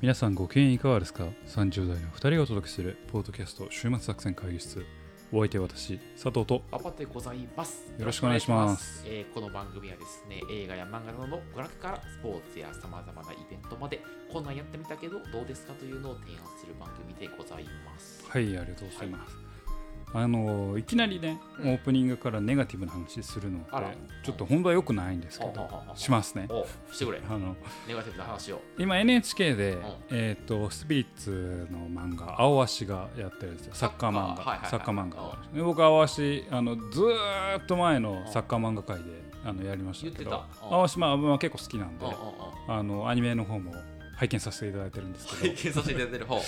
皆さんご機嫌いかがですか ?30 代の2人がお届けするポートキャスト週末作戦会議室お相手は私佐藤とパパでございます。よろしくお願いしますよろしくお願いします。えーこの番組はですね、映画や漫画などの娯楽からスポーツやさまざまなイベントまで、こんなんやってみたけどどうですかというのを提案する番組でございます。はいありがとうございます、あのいきなりねオープニングからネガティブな話するのってあらちょっと本当は良くないんですけどおしますねおしてくれ。あのネガティブな話を。今 NHK で、えー、とスピリッツの漫画「青足」がやってるんですよサッカー漫サッカーはいはいは画いサッカー漫画があるんですで僕青足あのずーっと前のサッカー漫画界であのやりましたけ言どってたうん青足、まあ、まあ結構好きなんでうんうんあのアニメの方も拝見させていただいてるんですけうん。ど検査していただいてる方。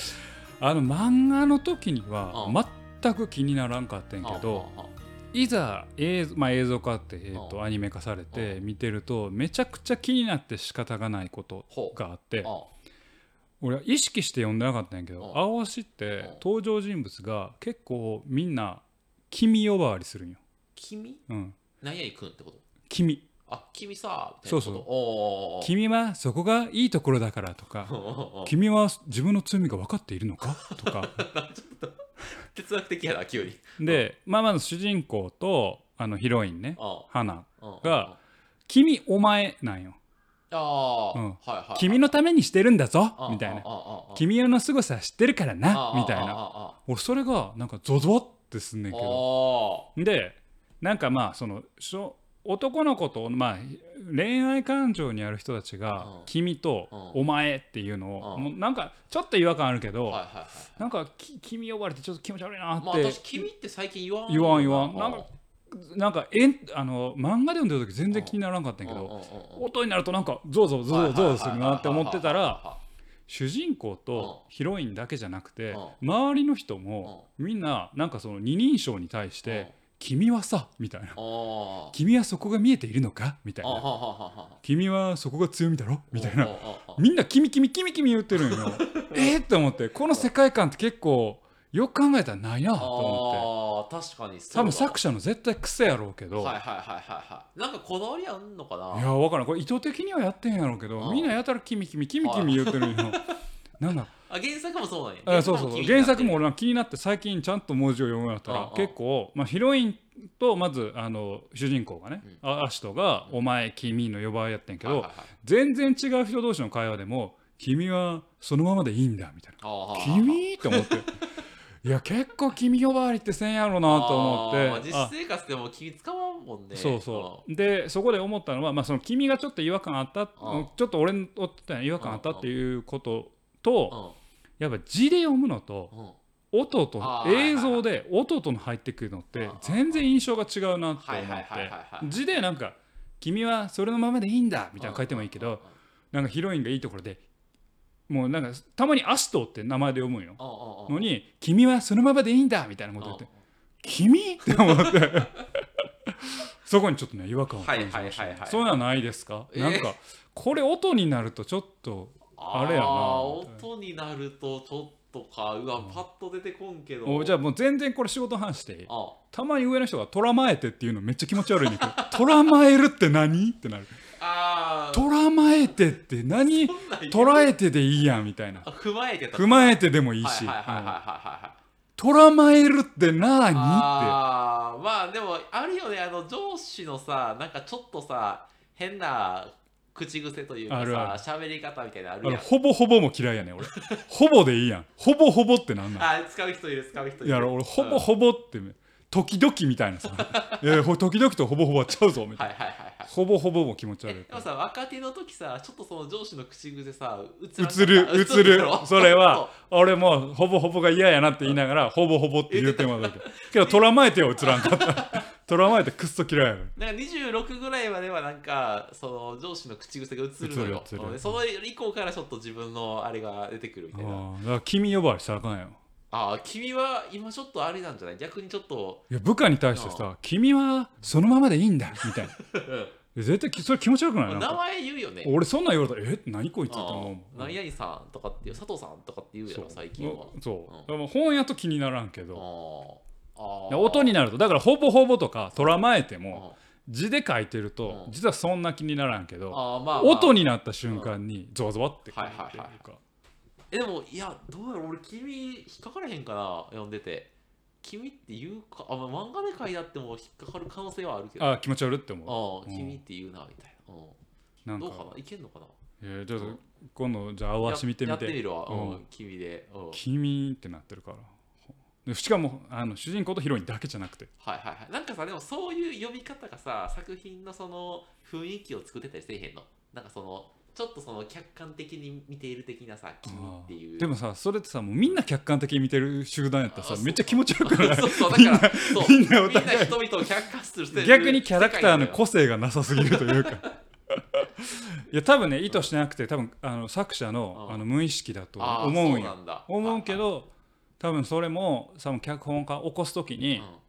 あの漫画の時にはうん全く気にならんかったんやけどうんうんうんいざ映,、まあ、映像化って、えー、うとんアニメ化されて見てるとめちゃくちゃ気になって仕方がないことほうがあってあ俺は意識して読んでなかったんやけうどん青足っうんて登場人物が結構みんな君呼ばわりするんよ。君うん、何々くんってこと君あ、君さ、みたいなことそうそうおー君はそこがいいところだからとかおーおー。君は自分の罪が分かっているのかとか哲学的やな、急に。で、まあ、まず主人公とあのヒロインねあ花あが、君お前なんよああうー、んはいはいはい。君のためにしてるんだぞあみたいなあああ君の凄さ知ってるからなみたいなな。俺それがなんかゾゾってすんねんけどおでなんかまあそのしょ男の子と、まあ、恋愛感情にある人たちうんが「君」とうん「お前」っていうのをうんもうなんかちょっと違和感あるけーはいどはいはい。なんかき「君」呼ばれてちょっと気持ち悪いなまあって私、君って最近言わん。言わん言わんうなんかなんかえんあの漫画で読んでる時全然気にならんかったんやけうんうどんうんうん音になるとなんかゾウゾウゾウゾウゾウするなって思ってたはいはらいは主人公とヒロインだけじゃなくてう周りの人もみんななんかその二人称に対しいはいはいて「君はさ」みたいなうん「あ君はそこが見えているのか?」みたいーあはなははは「君はそこが強みだろ?」みたいうんなうんうんみんな「君君君君」言ってるんよ。えーって思ってこの世界観って結構よく考えたらないなと思ってああ、確かにそうだ。多分作者の絶対癖やろうけど。はいはいはいはいはい。なんかこだわりあんのかないや分からんこれ意図的にはやってんやろうけどうんみんなやたら「キミキミキミキミ」言ってるん よなんだあ、原作もそうなんや。あそうそうもそ君うに原なってる作も。俺は気になって最近ちゃんと文字を読むようになったうんらうん結構、まあ、ヒロインとまずあの主人公がね、あアシトが「お前君」の呼ばわりやってんけはいどはいはい全然違う人同士の会話でも「君はそのままでいいんだ」みたいなあーは「は君?」と思っていや結構君呼ばわりってせんやろなと思ってあーまああ実生活でも君使わんもんね。そうそうでそこで思ったのは、まあ、その君がちょっと違和感あったうんちょっと俺にとっては違和感あったっていうことうとん。やっぱ字で読むのとうん。うん。音とあー映像で音との入ってくるのっうんうてんうん全然印象が違うなとはいはい思はっいはいてはい。字でなんか「君はそれのままでいいんだ」みたいなの書いてもいいけどなんかヒロインがいいところでもうなんかたまに「アシト」って名前で読むんようんうんうん、のに「君はそのままでいいんだ」みたいなこと言って君 って思ってそこにちょっとね違和感を感じました、はいはいはいはいそういうのはないですか、えーなんかこれ音になるとちょっとあれやなあー音になるとちょっとかうわ、うんパッと出てこんけどおじゃあもう全然これ仕事の話していいあたまに上の人が「とらまえて」っていうのめっちゃ気持ち悪いねんだけど「とらまえるって何?」ってなる「あーとらまえて」って何そんなん言う捉えてでいいやんみたいなあ踏まえてた踏まえてでもいいしはいはいはいはいはい「はいはいとらまえるって何?」ってあーまあでもあるよねあの上司のさなんかちょっとさ変な口癖というかあるあさ喋り方みたいなのああるのやんほぼほぼも嫌いやねん俺ほぼでいいやんほぼほぼってなんなんあ使う人いる使う人いるいや俺ほぼほぼって、時々みたいなさ いやほ時々とほぼほぼはちゃうぞみうんたいはいはいはいはいなほぼほぼも気持ち悪いえ でもさ若手の時さちょっとその上司の口癖さ映る 映映るそれは俺もうほぼほぼが嫌やなって言いながらほぼほぼって言うてまだけどけどとらまえてよ映らんかった とらまえてくっそ嫌いやろなんか26ぐらいまではなんかその上司の口癖が映るのよ映る映るうんその以降からちょっと自分のあれが出てくるみたいなああだから君呼ばわりしたらあかんよああ君は今ちょっとあれなんじゃない逆にちょっといや部下に対してうさ「君はそのままでいいんだ」みた いなうん絶対きそれ気持ち悪くないなん名か前言うよね俺そんなん言われたら「え何こいつ」って思うもんうん何々さんとかっていう佐藤さんとかって言うやそうろ最近はそううんだからもう本やと気にならんけどああああ音になるとだからほぼほぼとかとらまえてうんも字で書いてるとうん実はそんな気にならんけどああまあまあ音になった瞬間にゾワゾワってくるっていうはいはいはいかえでもいやどうやろう俺君引っかからへんかな読んでて君って言うかあまあ漫画で書いてあっても引っかかる可能性はあるけどああ気持ち悪いって思うあうん君って言うなみたいな、う、なんんどかうかないけんのかなえーちょっと今度じゃあ青足見てみややってみてるわ、うんうん君で、う「ん、はい君」ってなってるからでしかもあの主人公とヒロインだけじゃなくてはいはいなんかさでもそういう呼び方がさ作品のその雰囲気を作ってたりせえへんのなんかそのちょっとその客観的に見ている的なさ君っていうでもさそれってさもうみんな客観的に見てる集団やったらあさそうめっちゃ気持ちよくない そうそうだからそうみんなおみんな互い人々を客観視する世界逆にキャラクターの世界なよ個性がなさすぎると いうかいや多分ね意図してなくて多分あの作者のうんあの無意識だとあー思うんそよなんだ思うけど多分それも多分脚本家起こす時あにあうん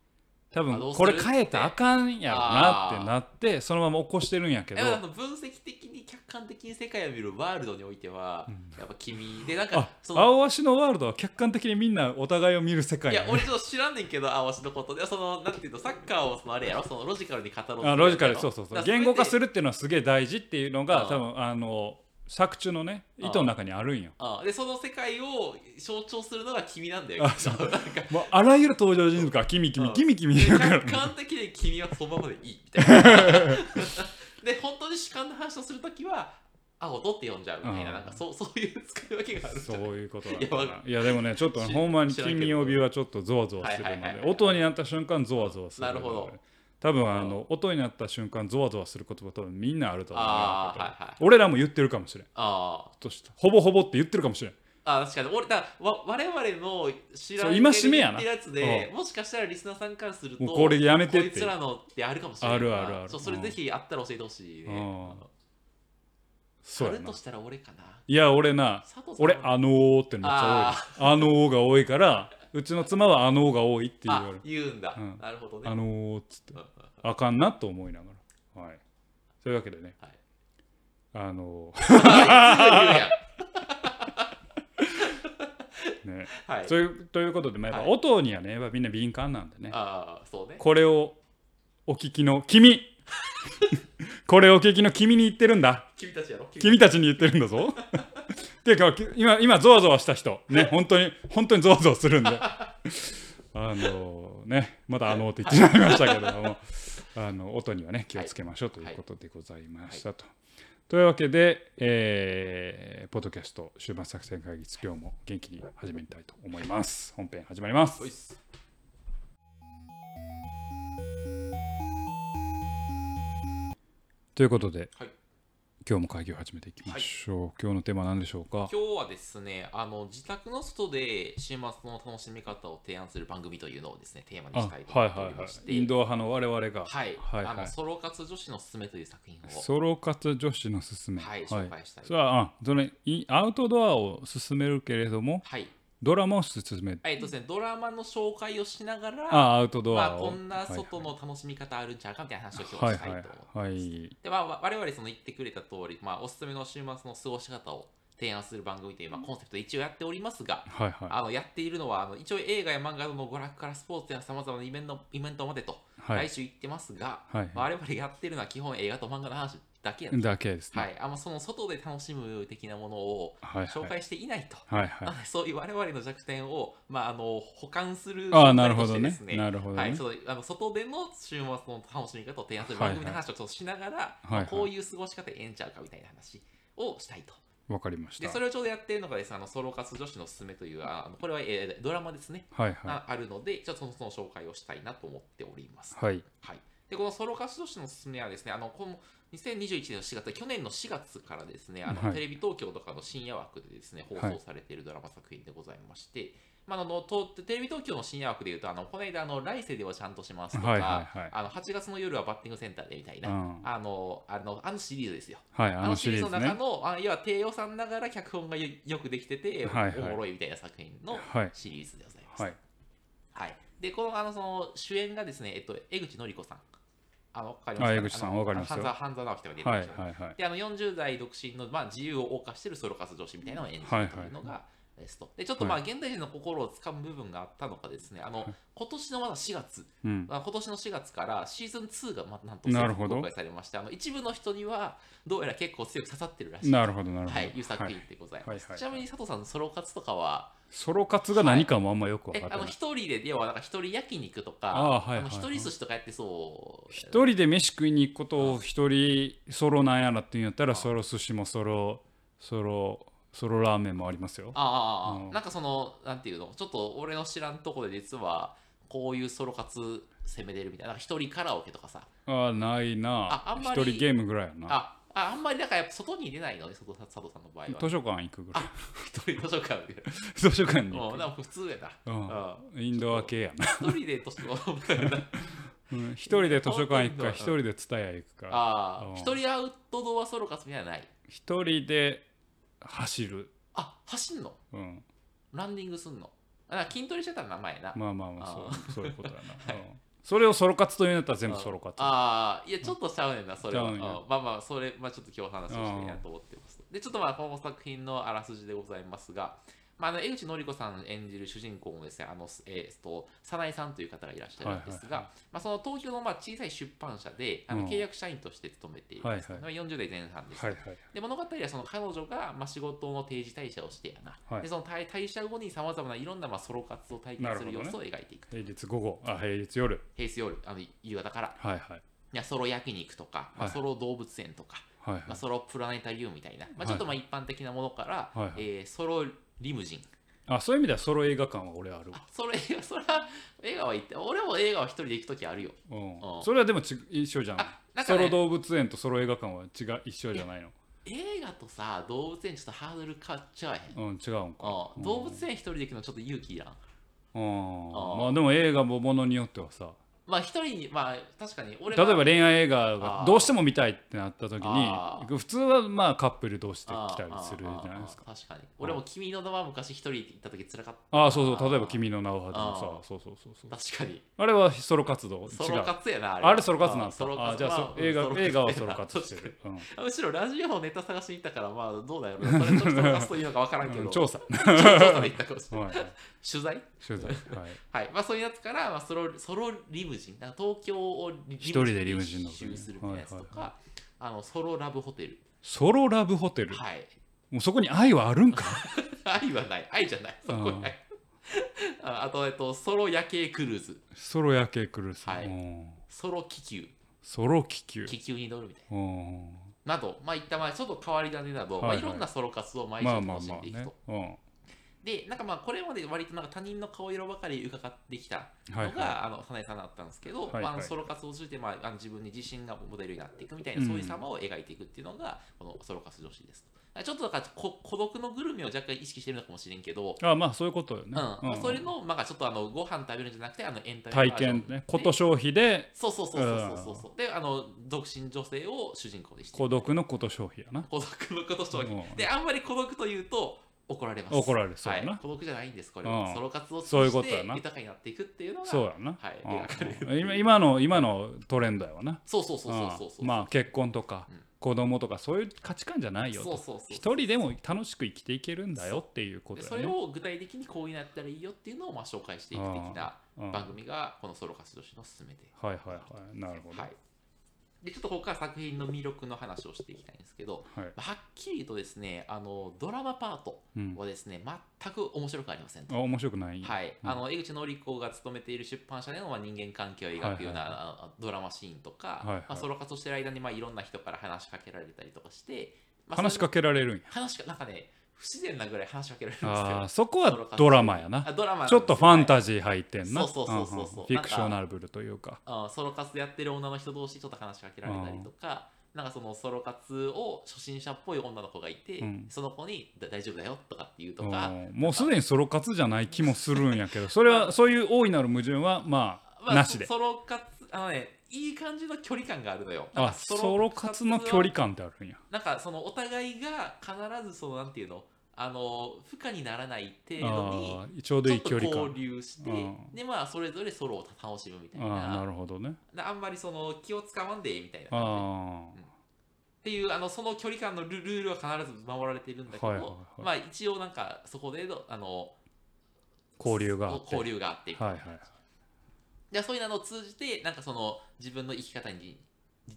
多あど分うすこるれ変えたらあかんやろなってなってそのまま起こしてるんやけどやっぱあの分析的に客観的に世界を見るワールドにおいては、うんやっぱ君でなんあかその青足のワールドは客観的にみんなお互いを見る世い界ややね俺ちょっと知らんねんけどあわしのことでそのなんていうのサッカーをそのあれやろそのロジカルに語ろうあロジカルそうそうそう言語化するるっていうのはすげえ大事っていうのがうん多分あの作中のね意図の中にあるんよあでその世界を象徴するのが君なんだよあきっとそなんかもうあらゆる登場人物がキミキうミんキミキミ言うからね客観的に君はそのままでいいみたい なで本当に主観の話をするときは青とって呼んじゃうみたいな,、うんなんかそうそういう使い分けがあるん じそゃうないいうことだいやわかいやでもねちょっとね知ほんまに知らんけ金ど曜日はちょっとゾワゾワするのはいはいはいではい音になった瞬間ゾワゾワするなるほど多分あの音になった瞬間ゾワゾワすることは多分みんなあると思うあこーとはいはい俺らも言ってるかもしれんああとしたほぼほぼって言ってるかもしれんあ確かに俺だわ我々の知らそんう戒めやなってやつでもしかしたらリスナーさんからするともうこれやめてってこいつらのってあるかもしれないあるあるあるそうそれぜひあったら教えてほしいね、うんそあうやるなとしたら俺かないや俺な佐藤さん俺あのーってめっちゃ多いあのーが多いからうちの妻はあのーが多いって言われある言うんだ、うんなるほどね あのーっつってうんうんあかんなと思いながらはいそういうわけでねはいあのあーね いつも言うやんはいそういうということでまあやっぱはい音にはねやっぱみんな敏感なんでねああそうねこれをお聞きの 君これをお聞きの君に言ってるんだ君たちやろ君たちに言ってるんだぞ っていうかき今今ゾワゾワした人ね本当に本当にゾワゾワするんで あのねまだあのーって言ってしまいましたけれども あの音にはね気をつけましょうということでございましたと。というわけで、えーポッドキャスト終盤作戦会議今日も元気に始めたいと思います。本編始まりますおい。っすということで、はい今日も会議を始めていきましょう。今日のテーマは何でしょうか。今日はですねあの自宅の外で週末の楽しみ方を提案する番組というのをですねテーマにあしたいとは思いっておはりいはまして、い。インド派の我々が、はい、はいあはのいソロ活女子のすすめという作品を、ソロ活女子のすすめ。はい、紹介したいそ。れはあそのいアウトドアを進めるけれどもはい、ドラマを進めるえっとですね、ドラマの紹介をしながら、あアウトドまあアを、こんな外の楽しみ方あるんちゃうかみたいな話を今日したいと。はいはいはいで、まあ、わ我々その言ってくれた通り、まあおすすめの週末の過ごし方を提案する番組というまあコンセプトで一応やっておりますが。はいはあのやっているのはあの一応映画や漫画の娯楽からスポーツやさまざまなイベントイベントまでと、はい来週言ってますが、はいまあ我々やってるのは基本映画と漫画の話だけやといだけですねはい、あんまその外で楽しむ的なものをはい紹はい介していないと、はいはいなのでそういう我々の弱点を、まあ、あの補完するああなるほどとねしてですなるほどはい、ねそのあの外での週末の楽しみ方を提案する番組の話をちょっとしながら、まあはいこういう過ごし方ええんちゃうかみたいな話をしたいと。わかりましでたそれをちょうどやってるのがです、ね、あのソロ活女子のすすめというああのこれは、えードラマですね、はいはああるのでちょっとそのその紹介をしたいなと思っております。いはいはい、でこのソロ活動誌のすすめはですねあのこの2021年の4月去年の4月からですねあの、はいテレビ東京とかの深夜枠でですね放送されているドラマ作品でございまして、まあ、あのとテレビ東京の深夜枠でいうとあのこの間あの来世ではちゃんとしますとか、はいはいはいあの8月の夜はバッティングセンターでみたいな、うんあのあのあのシリーズですよ。はいああののシシリリーーズズのね中の、あ要は低予算ながら脚本がよよくできてて、はいはいおもろいみたいな作品のはいシリーズでございます。はいはい。で、このあのその主演がですね、えっと、江口のり子さん。あ、わかりますあ江口さんあのわかりますよ半沢半沢直樹とか出てはまいしたよねはいはいで、あの40代独身の、まあ、自由を謳歌してるソロ活女子みたいなのを演じるというのが、ですと。で、ちょっとまあ、は現代人の心をつかむ部分があったのかですね、あの、今年のまだ4月、うん。まあ、今年の4月からシーズン2がまあなんとなるほど公開されまして、あの一部の人には、どうやら結構強く刺さってるらしい。なるほど、なるほど。はい、いう作品でございはいまはいはいはいす。ちなみに佐藤さん、ソロ活とかは、ソロ活が何かもあんまよく分えかってあのない。一人で、要はなんか一人焼肉とか、あーはいあのはい一はい人寿司とかやってそう。一人で飯食いに行くことを一人ソロなんやらって言うんやったらソロ寿司もソロソロソロラーメンもありますよ。ああああ、うんなんかその、なんていうの、ちょっと俺の知らんとこで実は、こういうソロ活攻めれるみたいな、なんか一人カラオケとかさ、ああないああなん一まり人ゲームぐらいやな。あああんまりだからやっぱ外に出ないのね、外佐藤さんの 場合図は。書館行くぐらい。一人図書館で。 図書館に行うくん、。なんか普通やな。うんインドア系や な。一人で図書館うん一人で図書館行くかうん一人で蔦屋行くかあうあん、一人アウトドアソロ活みたいなのない。一人で走る。あ走んのうんランニングすんのあなんか筋トレしてたら名前やな。まあまあまあそうそういうことやな。うんそれをソロ活と言うんやったら全部ソロ活。ああ、いや、ちょっとちゃうねんな、それは。ちゃううんんやまあまあ、それ、まあちょっと今日話をしたいなと思ってます。で、ちょっとまあ、この作品のあらすじでございますが、まあ、あの江口のり子さん演じる主人公のですね、あの、えー、と、早苗さんという方がいらっしゃるんではすが、いはいはまあ、その東京のまあ小さい出版社で、あうんの契約社員として勤めているんです、はい40代前半です。はいはい。で物語はその彼女がまあ仕事の定時退社をしてやな、はいでその退退社後にさまざまないろんなまあソロ活動を体なる験すほるど様ね子を描いていく、平日午後、あ平日夜。平日夜あの夕方からはいはい。いやソロ焼肉とか、まはあ、いソロ動物園とか、はいまはあ、い。ソロプラネタリウムみたいな、はいまあ、ちょっとまあ一般的なものから、はいはいえーソロリムジンあそういう意味ではソロ映画館は俺あるわ。それそれは映画は行って俺も映画は一人で行く時あるよう、うんんそれはでもち一緒じゃんあなんかソねロ動物園とソロ映画館は違う一緒じゃないの、映画とさ動物園ちょっとハードル変わっちゃわへん、うんうん、違うんか、動物園一人で行くのちょっと勇気いらんうんあーまあでも映画もものによってはさまあ一人にまあ確かに俺例えはば恋愛映画あがーどうしても見たいってなった時あに普通はまあカップル同士であ来ーたりするじゃないですかあーあー確かに俺も君の名は昔一人で行った時辛かっああーそうそうあー例えば「君の名を」でもあさーそうそうそうそうた確かにあれはソロ活動違うソロ活やなああれソロ活なんですソかロ活あーじゃあ、まそ映うん画ソロ活映画はソロ活してる、うんあむしろラジオのネタ探しに行ったから、まあどうだよ。 それ ちょっと探すというのかわからんけうど、ん調査 調査で行ったかもしれない。はいはい取材取材はい はい。まあそういうやつから、まあ、ソロソロリムジン、なんか東京をリ一人でリムジンの一周するみたいなやつとか、はいあのソロラブホテル。ソロラブホテルはい。 もうそこに愛はあるんか愛はない。愛じゃない。そこにない。 ああと、えっと、ソロ夜景クルーズ、 ソロ夜景クルーズ、はいうんソロ気球、ソロ気球気球に乗るみたいうんな。など、まあいったまあちょっと変わり種など、はいはいまあ、いろんなソロ活動を毎まあ日まあ楽しまんあでいくと。ね、うん、で、なんかまあこれまで割となんか他人の顔色ばかり伺ってきたのが、はいはあの早苗さんだったんですけど、はいはいまああの、ソロ活動を通じて、まあ、あの自分に自身がモデルになっていくみたいな、うんそういう様を描いていくっていうのがこのソロ活女子ですと。だからちょっとだからこ孤独のグルメを若干意識してるのかもしれんけど、いあまあそういうことよね、うんまあ、それの、まあ、ちょっとあのご飯食べるんじゃなくてあのエンタメ体バージョン験ねこと消費でそうそうそうそうそうそうであの独身女性を主人公にして孤独のこと消費やな孤独のこと商品うんであんまり孤独というと怒られます怒られるそうやな、はい、孤独じゃないんですこれうはんソロ活動を通そういうしことてやな豊かになっていくっていうのがそうやな、はいうん描かれる今今の今のトレンドやわなそうそうそうそうそうそううんまあ結婚とかうん子供とかそういう価値観じゃないよそうとそうそう一人でも楽しく生きていけるんだよっていうこでとそやれねを具体的にこういうのやったらいいよっていうのをまあ紹介していく的なうんは番い組がこのソロ活動誌の勧めではいはいなるほどはいでちょっとここから作品の魅力の話をしていきたいんですけどはいまあはっきりとですねあのドラマパートうん、はですね全く面白くありませんとあ面白くない、はい、うんあの江口のり子が勤めている出版社でのまあ人間関係を描くような、はいはあのドラマシーンとか、はいはいまあ、ソロ活動してる間にまあいろんな人から話しかけられたりとかして、まあ、話しかけられるんやそれ話しかなんかね不自然なぐらい話しかけられるんですよああそこはドラマやなあドラマなんですちよょっとファンタジー入ってんな。そうそうそうそうそうんんフィクショナルブルというか。あソロ活やってる女の人同士ちょっと話しかけられたりとか、なんかそのソロ活を初心者っぽい女の子がいて、うんその子にだ大丈夫だよとかっていうとうか、んもうすでにソロ活じゃない気もするんやけど、それはそういう大いなる矛盾はままああ、なしで。ソロ活あのねいい感じの距離感があるのよ。なんあかソロ活の距離感ってあるんや。なんかそのお互いが必ずそのなんていうのあの負荷にならない程度にああちょうどちいょいっと距離交感。流してうんでまあそれぞれソロを楽しむみたいああななるほどね。なあんまりその気をつかまんでみたいなああっていうあのその距離感のルルールは必ず守られているんだけど、はいはいはいまあ一応なんかそこでのあの交流があって交流があって、はいはいでそういうのを通じてなんかその自分の生き方に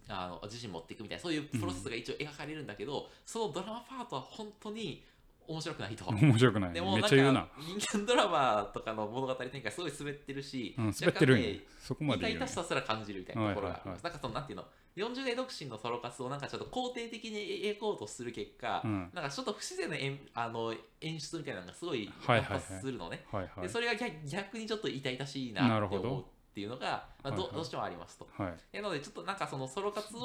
あの自身持っていくみたいなそういうプロセスが一応描かれるんだけど、そのドラマパートは本当に面白くないと。面白くないでねもめっなんちゃ言うなか人間ドラマとかの物語展開すごい滑ってるし、うん、滑ってるんや若干ねそこまで痛言う々んやしさすら感じるみたいなところがあはいりはいまはす。なんかそのなんていうの40代独身のソロ活をなんかちょっと肯定的に描こうとする結果、うんなんかちょっと不自然な演あの演出みたいなのがすごいはい発はいはい発するのね、はいはいでそれが逆逆にちょっと痛々しいななるってほど思うっていうのが、まあ、はいどはいどうしてもありますと。はいなのでちょっとなんかそのソロ活を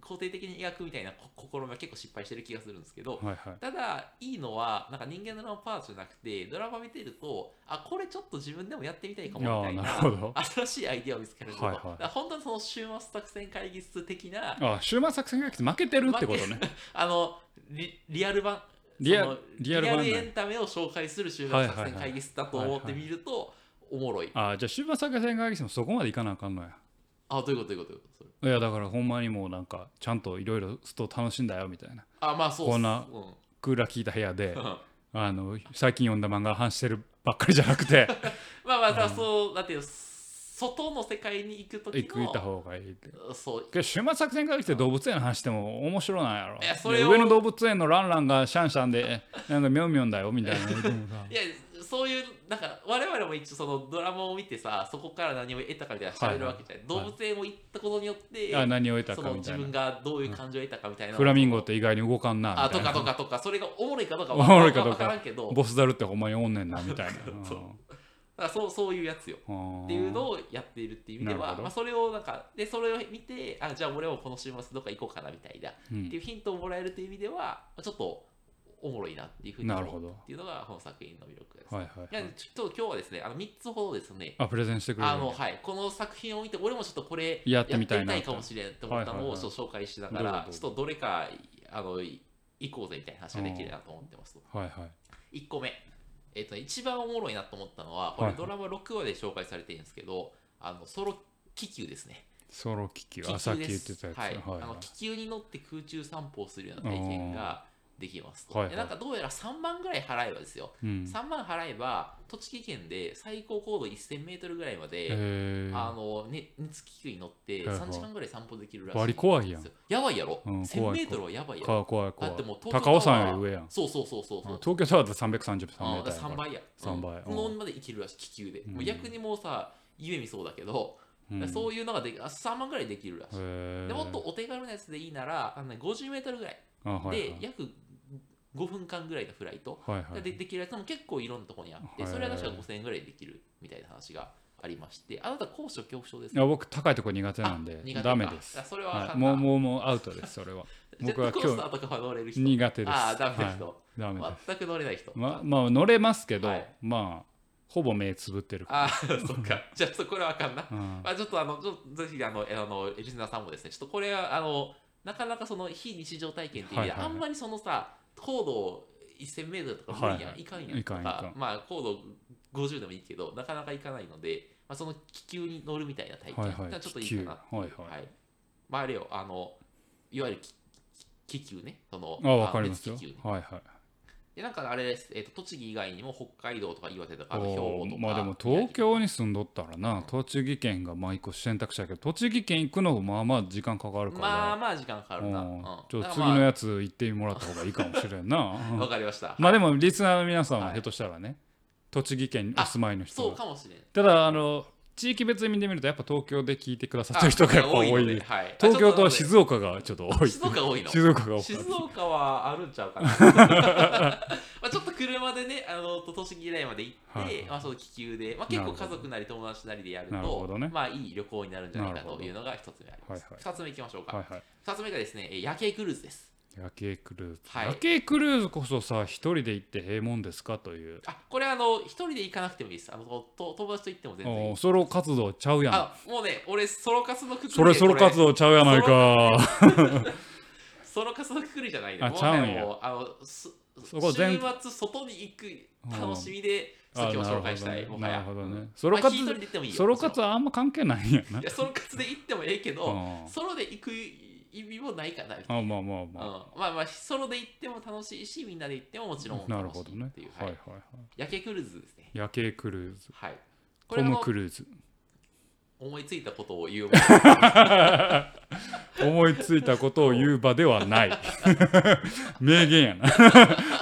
肯定的に描くみたいなこ試みは結構失敗してる気がするんですけど、はいはいただいいのはなんか人間のドラマパートじゃなくてドラマ見てるとあこれちょっと自分でもやってみたいかもみたいあーななるほど新しいアイディアを見つけられると、はいはいだから本当にその週末作戦会議室的なあ終末作戦が来て負けてるってことねあのリリアル版リアそのリアル版なんやエンタメを紹介する週末作戦会議室だと思ってみるとおもろいあじゃあ終末作戦会議室もそこまでいかなあかんのやあどういうことどういうことどういうことそれいやだからほんまにもうなんかちゃんといろいろスト楽しんだよみたいなあまあそうっすこんなうん クーラー効いた部屋でうんあの最近読んだ漫画の話してるばっかりじゃな くてまあまあ、だからそうだって外の世界に行く時行くの行った方がいいってそうけど終末作戦会議室で動物園の話しても面白ないやろいやそれをで上の動物園のランランがシャンシャンでなんかミョンミョンだよみ たいなでもさいやそういうなんか我々も一応そのドラマを見てさそこから何を得たかみたいな喋るわけじゃない、はいはい動物園を行ったことによって、あ何を得たそかのみ自たい分ながどういう感情を得たかみたいな、フラミンゴって意外に動かんなみたいなあとかとかとかそれがおもろいかどうかおもろいかどうわかからんけどだかボスザルってほんまにおんねんなみたいな そうらそうそういうやつようんっていうのをやっているっていう意味でなるは、ほどまあ、それをなんかでそれを見てあじゃあ俺もこの週末どっか行こうかなみたいな、うってんいうヒントをもらえるという意味ではまあちょっとおもろいなっていうふうにな思るうほどっていうのがこの作品の魅力です、はいいはいやはいちょっと今日はですねあの3つほどですねあプレゼンしてくれるあのはい、この作品を見て、俺もちょっとこれやってみたいなやってみかもしれんと思ったのはをいはいちょはいっと紹介しながどら、うぞどうちぞょっとどれかあのい行こうぜみたいな話ができるなと思ってます。はいはい1個目、えっとね一番おもろいなと思ったのは、こはいれはいドラマ6話で紹介されてるんですけど、あのソロ気球ですね。ソロ気球気球あですさっき言ってたやつはいはいあはのい気球に乗って空中散歩をするような体験ができますと。はいはいでなんかどうやら3万ぐらい払えばですよ、うん3万払えば、栃木県で最高高度1000メートルぐらいまで、へあーの、ね、熱気球に乗ってはいはい3時間ぐらい散歩できるらしい。割り怖いやんやばいやろ。うん1000怖メいートルはやばいやかろ。怖い怖だいってもう東京タ高ワー尾山より上やんそうそうそうそうそう。東京タワーだと333メあーターやか3ら倍や。三倍うんうんこのままでいけるらしい、気球で。うんもう逆にもうさ、夢見そうだけど、うんそういうのができあ3万ぐらいできるらしい。へーでもっとお手軽なやつでいいなら、あのね50メートルぐらいあはいはいで約5分間ぐらいのフライトはいはいでできるやつも結構いろんなところにあって、へーそれは確か5000円ぐらいできるみたいな話がありまして、あなた高所恐怖症ですいや僕高いとこ苦手なんであ苦手かダメですあそれは分かはいんなもうもうもうアウトですそれはジェ僕ットはコースタ今ーとかは乗れる日 人苦手ですああ、ダメなはい人、ダメです全く乗れない人。ままあ乗れますけどはいまあほぼ目つぶってるからああ、そっか。じゃあ、ちょっとこれはあかんな。うんまあ、ちょっとあの、ちょっとぜひ、あの、えあの、リスナーさんもですね、ちょっとこれは、あの、なかなかその非日常体験っていう意味はで、いはいはいあんまりそのさ、高度1000メートルとか無理やん、はいはいいかんやんいかんいかんとまあ、高度50でもいいけど、なかなかいかないので、まあ、その気球に乗るみたいな体験はいはいがちょっといいかなっていう。気球はいはいまあ、あれよ、あの、いわゆる気気気球ね、その、あわかりますよ熱気球ねはいはいで、なんかあれです、えっと栃木以外にも北海道とか岩手とか、あと兵お庫とーか。まあでも東京にに住んどったらな栃木県がまあ一個選択肢やけど栃木県行くのもまあまあ時間かかるからまあまあ時間かかるな。ううんんちょっだとから次まあのやつ行ってもらった方がいいかもしれんなわかり ました。まあでもリスナーの皆さんははいひょっとしたらね栃木県にお住まいのそ人うがかもしれん。ただあの地域別に見てみるとやっぱ東京で聞いてくださってる人がやっぱ多あのでいはい、東京と静静岡がちょっと多い静岡が多いの。静岡が多い静岡はあるんちゃ うかな。 まあちょっと車でね、あの栃木ぐらいまで行って、はいまあ、その気球で、まあ、結なる構ほど家族なり友達なりでやるなるほと、どねまあいい旅行になるんじゃないかなるほとどいうのが一つ目あります。はいはい二つ目いきましょうか。はいはい二つ目がですね、えー夜景クルーズです。夜景クルーズ、はい夜景クルーズこそさ一人で行って平もんですかというあこれあの一人で行かなくてもいいです。あのと友達と行っても全然いおいー。ソロ活動ちゃうやんあもうね、俺ソロ活のくくりでそれソロ活動ちゃうやないかソロ活のくくりじゃないね。あもうちゃうんねやもうあのすそこ全週末外に行く楽しみで、あ今日紹介したい。もはなやるほどうねんソロまあ活一人で行ってもいいよソロもち活はあんま関係ないんやろなんいやソロ活で行ってもええけど、うんソロで行く意味もないかなみたいあまあまあな、まあ、うんまあまあソロで行っても楽しいしみんなで行ってももちろんなる楽しいほどねっていう、はいははいいはい夜景クルーズですね夜景クルーズはいこトれはム・もうクルーズ思いついたことを言う 思いついたことを言う場ではない 名言やな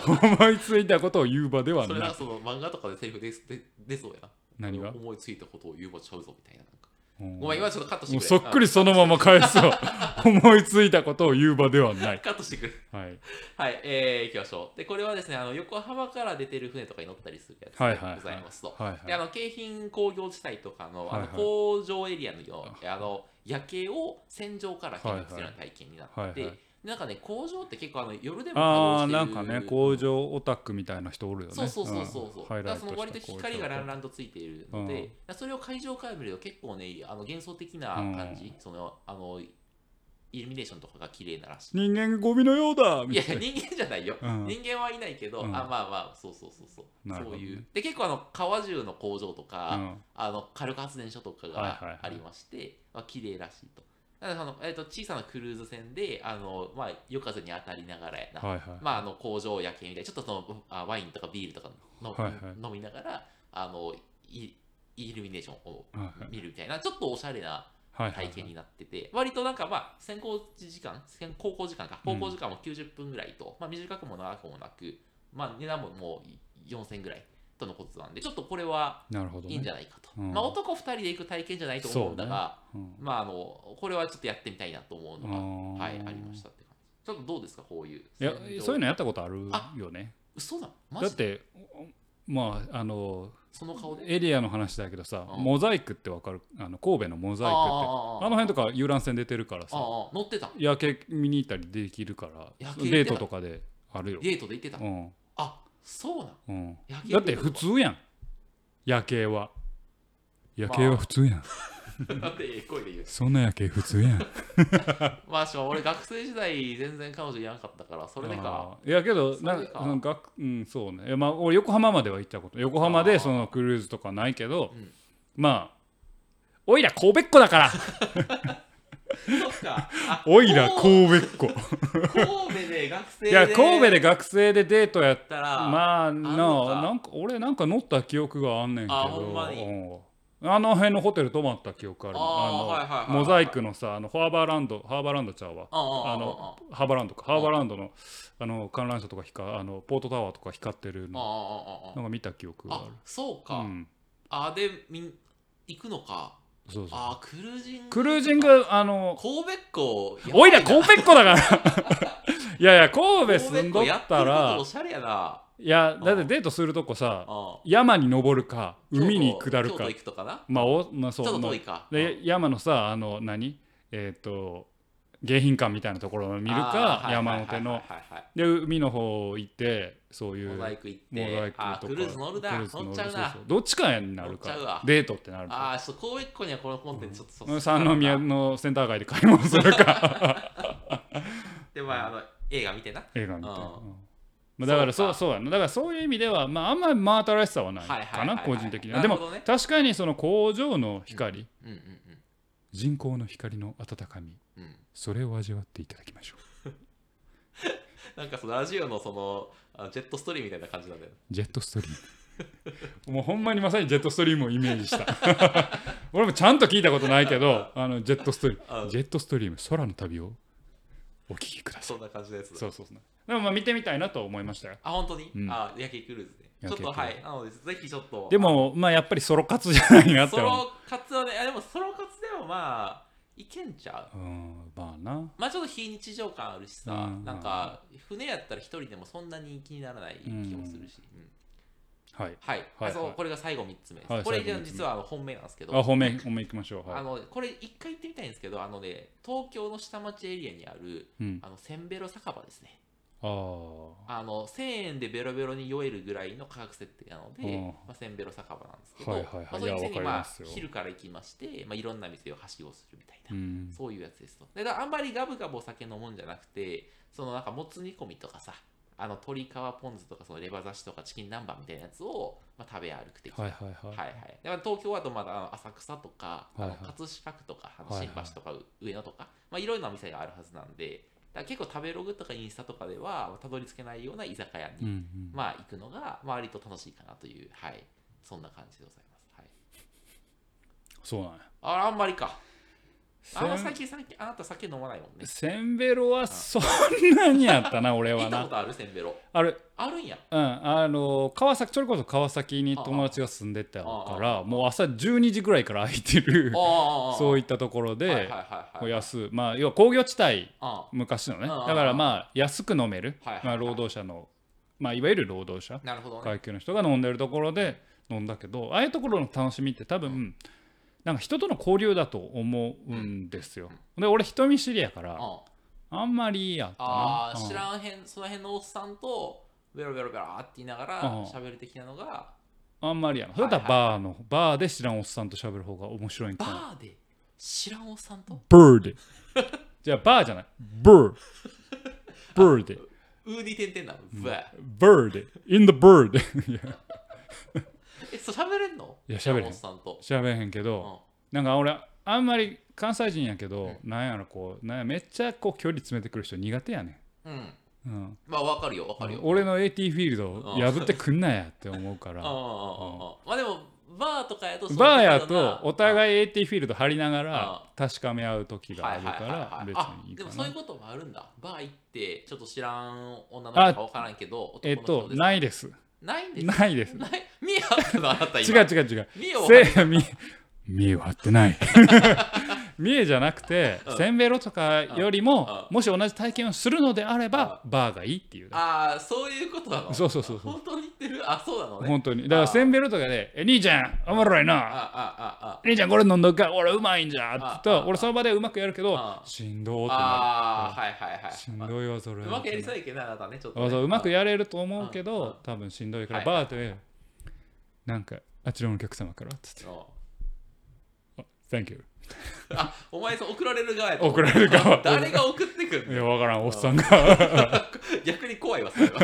思いついたことを言う場ではそれななんいかその漫画とかでセリフですで出そうやな何が思いついたことを言うばちゃうぞみたいななんかうんごめん今ちょっとカットしてもうくれそっくりそのまま返す わ思いついたことを言う場ではなうんいカットしてくれはいはい、えー、行きましょう。で、これはですね、あの横浜から出てる船とかに乗ったりするやつはいはいはでいございますと。はいで、あはいの、京浜工業地帯とかのあはのいはい工場エリアのようあの夜景を戦場から見学するような体験になって、はいはいはいはいなんかね、工場って結構あの夜でもああ稼な働んしてかるね工場オタクみたいな人おるよねそうそうそうそうそう、んハイライだからトそしのた割と光がランランとついているので、うんだからそれを会場から見ると結構ねあの幻想的な感じ、そのあのイルミネーションとかが綺麗ならしい人間ゴミのようだみいやたいな人間じゃないよ、うん人間はいないけど、うんあまあまあそうそうそうそう、なるほどそうねいうで結構あの川中の工場とか、うんあの火力発電所とかはいはいはいがありまして、まあ綺麗らしいとなのであの、えー、と小さなクルーズ船であの、まあ、夜風に当たりながらやな、はいはいまあ、あの工場夜景みたいなちょっとそのあワインとかビールとかの、はいはい飲みながらあのイイルミネーションをはいはい見るみたいなちょっとおしゃれなはいはい体験になってて、割となんかまあ先行時間先高校時間かう高ん校時間も90分ぐらいと、まあ短くも長くもなく、まあ、値段ももう4000ぐらいとのことなんでちょっとこれはなるほどいいんじねゃないかと、うんまあ男2人で行く体験じゃないと思うんだが、うんまああのこれはちょっとやってみたいなと思うあのーがはいありましたって感じちょっとどうですかこういういや戦場そういうのやったことあるあよね嘘だマだっジでてまああのその顔でエリアの話だけどさうんモザイクってわかるあの神戸のモザイクってあーあの辺とか遊覧船出てるからああさ乗ってた夜景見に行ったりできるから夜景デートとかであるよデートで行ってた、うんあそうなんうん夜景だって普通やん夜景は夜景は普通やん だってええ声で言うそんな夜景普通やんまあしかも俺学生時代全然彼女いらなかったからそれでかあーいやけどそれなでんかかうん学うんそうねいやまあ俺横浜までは行ったこと横浜あでーそのクルーズとかないけどうんまあおいら神戸っ子だから そっかあおいら神戸 っ子神戸で学生いや神戸でで学生でデートやっったら、まあのかなあなんか俺なんか乗った記憶があんねんけどあほんまにうんあの辺のホテル泊まった記憶あるあーの、はいはいはいはいモザイクのさあのハーバーランドハーバーランドちゃうわああああののハーバーランドかハーバーランドのあの観覧車とか光あのポートタワーとか光ってるあのああなんか見た記憶あがああるそううか、んあでみん行くのかそうそうあクルージングクルージングあの神戸っ子おいらやば神戸っ子だから いやいや神戸な住んど神戸っ子っやってたることらおしゃれやないうやんだってデートするとこさあ山に登るか海に下る京都か京都行くとかなまあおまあそちょっうまとあ遠いかうんで山のさあの何えっ、と迎賓館みたいなところを見るあかー山手のはいはいはいはいで海の方行ってそういはういモモザザイイクク行ってとかあクルーズ乗るなク乗ルーっズ乗るちゃうそうなそうどっちかになるか乗っちゃうらわデートってなるあかあ、ちょっと神戸っ子にはこのコンテンツちょっとらそ三宮のセンター街で買い物するかで、まあ、あの映画見てな。 映画みたいなうんうんまあだからそうそうかそうやなだからそういう意味ではまああんまり真新しさはないはいはかいはいなはい個人的にはなでるもほどね確かにその工場の光うんうんうん。人工の光の温かみうん、それを味わっていただきましょうなんかそのラジオのそのあのジェットストリームみたいな感じなんだよ。ジェットストリーム もうほんまにまさにジェットストリームをイメージした 俺もちゃんと聞いたことないけどあのジェットストリーうムんジェットストリーム空の旅をお聞きくださそんな感じのやついだ。そうそうそうでもまあ見てみたいなと思いましたよあ、本当に、うんあ、夜景クルーズで。ち夜景ょっクルーズとはい。なので、ぜひちょっと。でもまあやっぱりソロ活じゃないなあ、ってソ思うロ活はね、あでもソロ活でもまあ、いけんちゃう。うんまあなまあちょっと非日常感あるしさ、うんなんか船やったら一人でもそんなに気にならない気もするし。うんはいはい、はいあそうはいこれが最後3つ目です。はいこれ最後三つ目実はあの本命なんですけど、あ本命本命いきましょうはあい、のこれ一回行ってみたいんですけどあのね東京の下町エリアにあるうん、あのせんべろ酒場ですねあーあの1000円でベロベロに酔えるぐらいの価格設定なのうんで、まあ、せんべろ酒場なんですけど、はいはいはいまあ、そういう店いやに、わかりままあすよ、昼から行きまして、まあ、いろんな店をはしごするみたいな、うんそういうやつですとでだからあんまりガブガブお酒飲むんじゃなくてそのなんかもつ煮込みとかさあの鶏皮ポン酢とかそのレバ刺しとかチキン南蛮みたいなやつを、まあ、食べ歩く的なはいはいはい。はいはい、でまあ東京だとまだあの浅草とか、あのはいはい葛飾区とかあのはい新はい橋とか上野とか、まあ、いろいろなお店があるはずなんでだから結構食べログとかインスタとかではたどり着けないような居酒屋に、うんうん。まあ、行くのがまあ割と楽しいかなという、はい、そんな感じでございます。はい、そうなんや。ああんまりか。あんません最近最近あなた酒飲まないもんね。せんべろはそんなにやったな、俺行はったこな。とあるせんべろ。あれ、あるんや。うん、あの、川崎、それこそ川崎に友達が住んでたから、もう朝12時ぐらいから空いてる、ああそういいったところはいはいで、はいこうはい。安、まあ、要は工業地帯、あ昔のね。うんうんうんだからまあ、安く飲める、はいはいはいまあ、労働者の、まあ、いわゆる労働者あ、なるほどね。階級の人が飲んでるところで飲んだけどああいうところの楽しみって多分なんか人との交流だと思うんですよ。で俺人見知りやからああんまりやったなあ。ー知うんらんへんその辺のおっさんとベロベロベローって言いながらうん喋る的なのがあんまりやな。それだったらバーのバーで知らんおっさんと喋る方が面白いんかな。バーで知らんおっさんとバ ーで。じゃあバーじゃない。バー。バーで。ウーディてんてんなのブワーバーで。in the bird。いやえそう喋れんのいや知らん喋れへんおっさんと喋れへんけど。なんか俺あんまり関西人やけど、なんやろこうなんやめっちゃこう距離詰めてくる人苦手やねうんうんん、うん、まあわかるよわかるよ俺の AT フィールドを破ってくんなやって思うか うんうんうんらうんまあでもバーとかやとそうバーやそうだとなお互い AT フィールド張りながうんら確かめ合う時がはあいるはいはいからはい別あにいいでかもそういうなこともあるんだバー行ってちょっと知らん女の人かわからんけど男えっの人とですないですないんですないですない見え張ったのあなた違う今違う違う見えをせみ見えは合ってない 見えじゃなくてうんせんべろとかよりもうもし同じ体験をするのであればバーがいいっていうだけああそういうことなのそうそうそうそう本当に言ってるあそうなのね本当にだからせんべろとかで「え兄ちゃんおもろいあなあああ兄ちゃんこれ飲んどくか俺うまいんじゃ」って言ったあら俺その場でうまくやるけどあしんどーってなああーはいはいはるいしんどいわそれうまくやりたいけどなあなたねちょっとね、あそううまくやれると思うけああど多分しんどいからはいバーでなんかあちらのお客様からっつってうん「Thank you あお前そう送られる側や」と思う送られる側誰が送ってくんいのや わからんおっさんが逆に怖いわそれは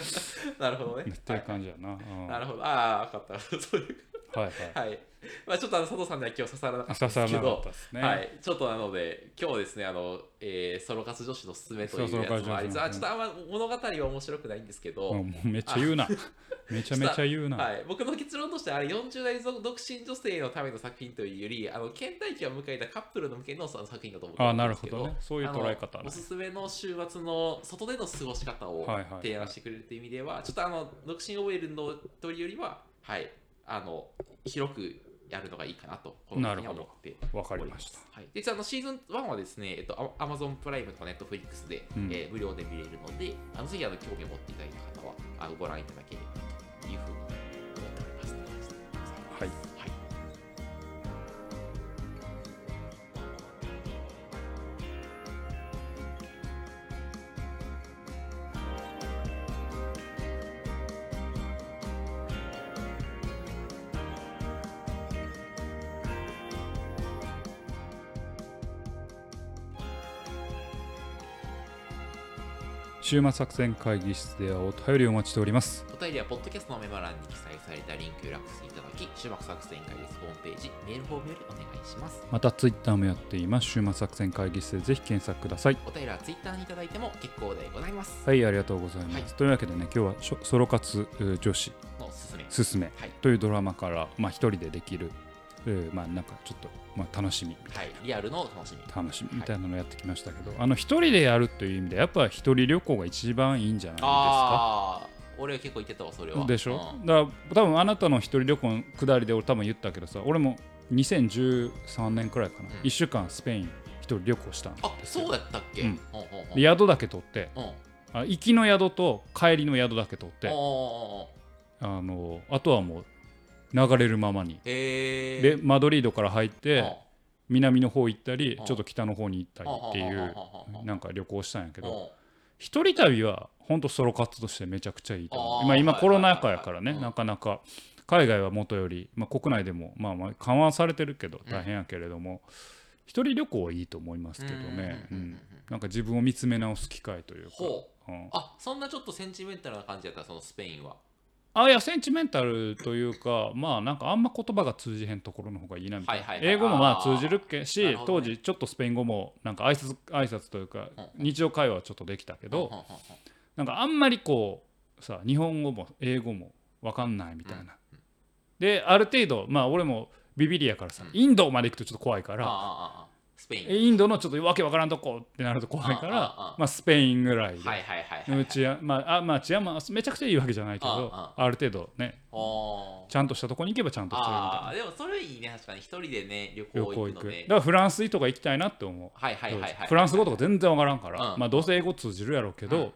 なるほどねっていう感じやなうんなはるほどああ分かったそういういはいはいまあちょっとあの佐藤さんには今日刺さらなかった刺んさらですけなかどったですねはい、ちょっとなので、今日ですね、あの、えーソロ活女子のすすめというそうソロやつ活もあり女つ子つ、のあちょっとあんま物語は面白くないんですけど、うんもうめっちゃ言うなめちゃめちゃ言うなはい、僕の結論としてあれ40代ぞ独身女性のための作品というよりあの倦怠期を迎えたカップルの向けのその作品だと思あうあんなるほですけどどねそういう捉え方あねのおすすめの週末の外での過ごし方をはいはい提案してくれるという意味では、ちょっとあの独身 OL のというよりは、はい、あの広くやるのがいいかなとこの時には思ってわかおりりままししたた。はい、で、あのシーズン1はですね、えっと、アマゾンプライムとネットフリックスで、うんえー無料で見れるので、あのぜひあの興味を持っていただいた方はあのご覧いただければというふうに思っております。はいはい週末作戦会議室ではお便りをお待ちしておりますお便りは、ポッドキャストのメモ欄に記載されたリンクをアクセスいただき、週末作戦会ですホームページ、メールフォームよりお願いします。またツイッターもやっています週末作戦会議室でぜひ検索くださいお便りはツイッターにいただいても結構でございます。はいありがとうございます、はいというわけでね今日はしょソロ活えー女子のおすすめ。すすめはい。というドラマからまあ一人でできる、えーまあなんかちょっとまあ楽しみはい。リアルの楽しみ。楽しみみたいなのをやってきましたけど、あの一人でやるという意味でやっぱ一人旅行が一番いいんじゃないですかああ、俺は結構言ってたわ、それは。でしょ、うんだから多分あなたの一人旅行の下りで俺多分言ったけどさ俺も2013年くらいかな、うん1週間スペイン一人旅行したんであ、すよそうだったっけ、うんほんほんほんで宿だけ取ってうん。あ行きの宿と帰りの宿だけ取っておあのあとはもう流れるままにーへえでマドリードから入っうんて南の方行ったりうんちょっと北の方に行ったりっていうんうなんか旅行したんやけうんど一人旅は本当ソロ活としてめちゃくちゃいいと思あうーまあ今はいコロナ禍やからはいはいねうんなかなか海外はもとよりまあ国内でもまあまあ緩和されてるけどうん大変やけれども一人旅行はいいと思いますけどね、うんなんか自分を見つめ直す機会というか、ほうんうあそんなちょっとセンチメンタルな感じやったそのスペインはあいやセンチメンタルというかまあなんかあんま言葉が通じへんところの方がいいなみたいな、はいはいはい英語もまああー通じるけし、なるほ当どね時ちょっとスペイン語もなんか挨拶挨拶というかうんうん日常会話はちょっとできたけど、うんうんうんうんなんかあんまりこうさ日本語も英語も分かんないみたいな、うんである程度まあ俺もビビリやからさ、うんインドまで行くとちょっと怖いかああら、ああスペインインドのちょっとわけわからんとこってなると怖いからああああまあ、スペインぐらいで、はいはいはいはい、うちやまああまあ治安もめちゃくちゃいいわけじゃないけどあある程度ねおーちゃんとしたとこに行けばちゃんとするみたいなあーでもそれいいね確かに一人でね旅旅行行行く行のく、ねだからフランスとか行きたいなって思う、はいはいはいはいフランス語とか全然わからんから、うんまあどうせ英語通じるやろうけど、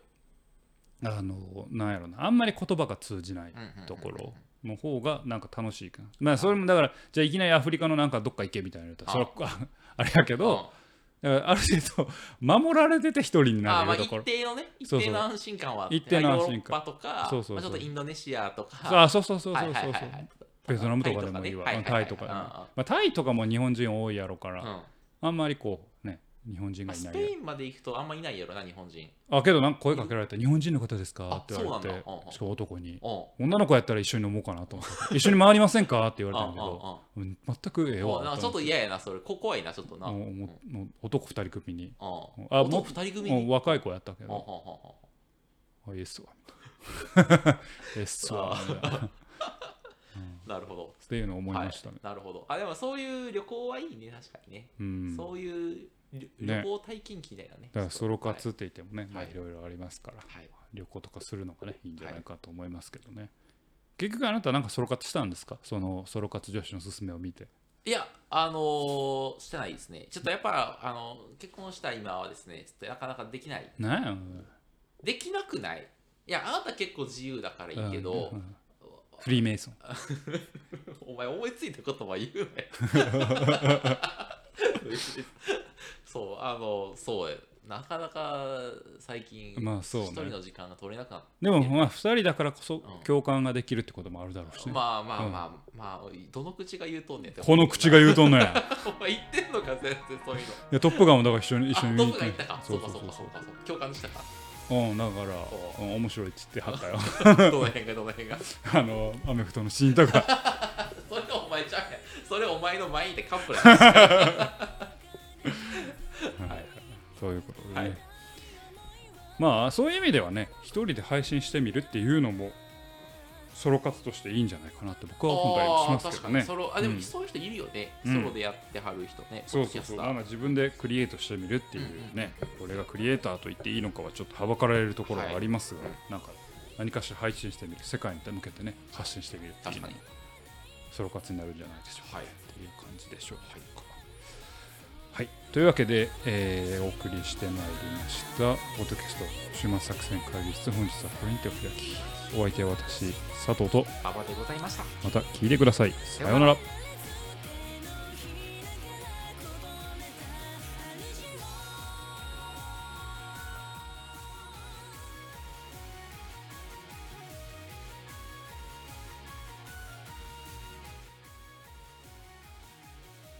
あのなんやろなあんまり言葉が通じないうんうんうんうんところの方がなんか楽しいかな、まあそれもだからじゃあいきなりアフリカのなんかどっか行けみたいなのやったらそれは ああれやけうんど、だからある程度守られてて一人にあなーまれるあところ一定のね一そうそう定の安心感はあって一定の安心感ヨーロッパとかそうそうそうまあ、ちょっとインドネシアとかそうあそうそうそうそうはそいうはそいうはいはいベトナムとかでもいいわタイうとんかねはタいはいはいイとかでもうんうまあタイんとかも日本人多いやろから、うんあんまりこうね日本人まがいあスないペインまで行くとあんまいないやろな日本人あけどなんか声かけられて「日本人の方ですか?」あって言われそうなてんだうんうんしかも男にうん「女の子やったら一緒に飲もう かな」と思って「一緒に回りませんか?」って言うんわれたんうんだけどううん全くええんもうわなんかちょっと嫌やなそれこ怖いなちょっとなもううんもうもう男二人組にうんあ男も二人う組もうに若い子やったけうんうんうんど「うんあいいっす わ」ええっすわ」みたい なっなるほどていうのを思いましたね。なるほどあでもそういう旅行はいいね確かにねうんだそういう旅ね旅行体験記みたいなねからソロはい活って言ってもねまあはいいろいろありますからはい旅行とかするのがねいいんじゃないかと思いますけどね。結局あなたなんかソロ活したんですかそのソロ活女子の勧めを見て。いや、あのーしてないですね。ちょっとやっぱ、あの結婚した今はですね、ちょっとなかなかできない。なんやおいできなくないいや、あなた結構自由だからいいけど、うんうんフリーメイソンお前思いついた言葉言うね。 そう、あの、そうやなかなか最近、一、まあそうね人の時間が取れなくなって。でもまあ2人だからこそん共感ができるってこともあるだろうしね、まあまあまあ、まあ、どの口が言うとんねんってこの口が言うとんのやお前言ってんのか、全然そういういの。やトップガンもだから一緒に一あ、緒にト見ッにプ行がっ言ってたか。そうかそうかそうかそうか。共感した か。うんだからそううん面白いって言ってはったよ どの辺がどの辺が。あのアメフトのシーンとかそれお前ちゃうやんそれお前の前にてカップル やんはいそういうことでね、はいまあそういう意味ではね一人で配信してみるっていうのもソロ活としていいんじゃないかなって僕は今回しますけど確かにねソロあでうもんそういう人いるよね、うんソロでやってはる人ねそうそうそうポッドキャスタなーんか自分でクリエイトしてみるっていうね、これがクリエイターと言っていいのかはちょっとはばかられるところがありますが、なんか何かしら配信してみる世界に向けてね発信してみるっていう確のかもにソロ活になるんじゃないでしょうか、はいっていう感じでしょうか。はい、というわけで、えーお送りしてまいりました「ポッドキャスト週末作戦会議室」本日はこれにてお開きお相手は私佐藤と馬場でございましたまた聞いてくださいさようなら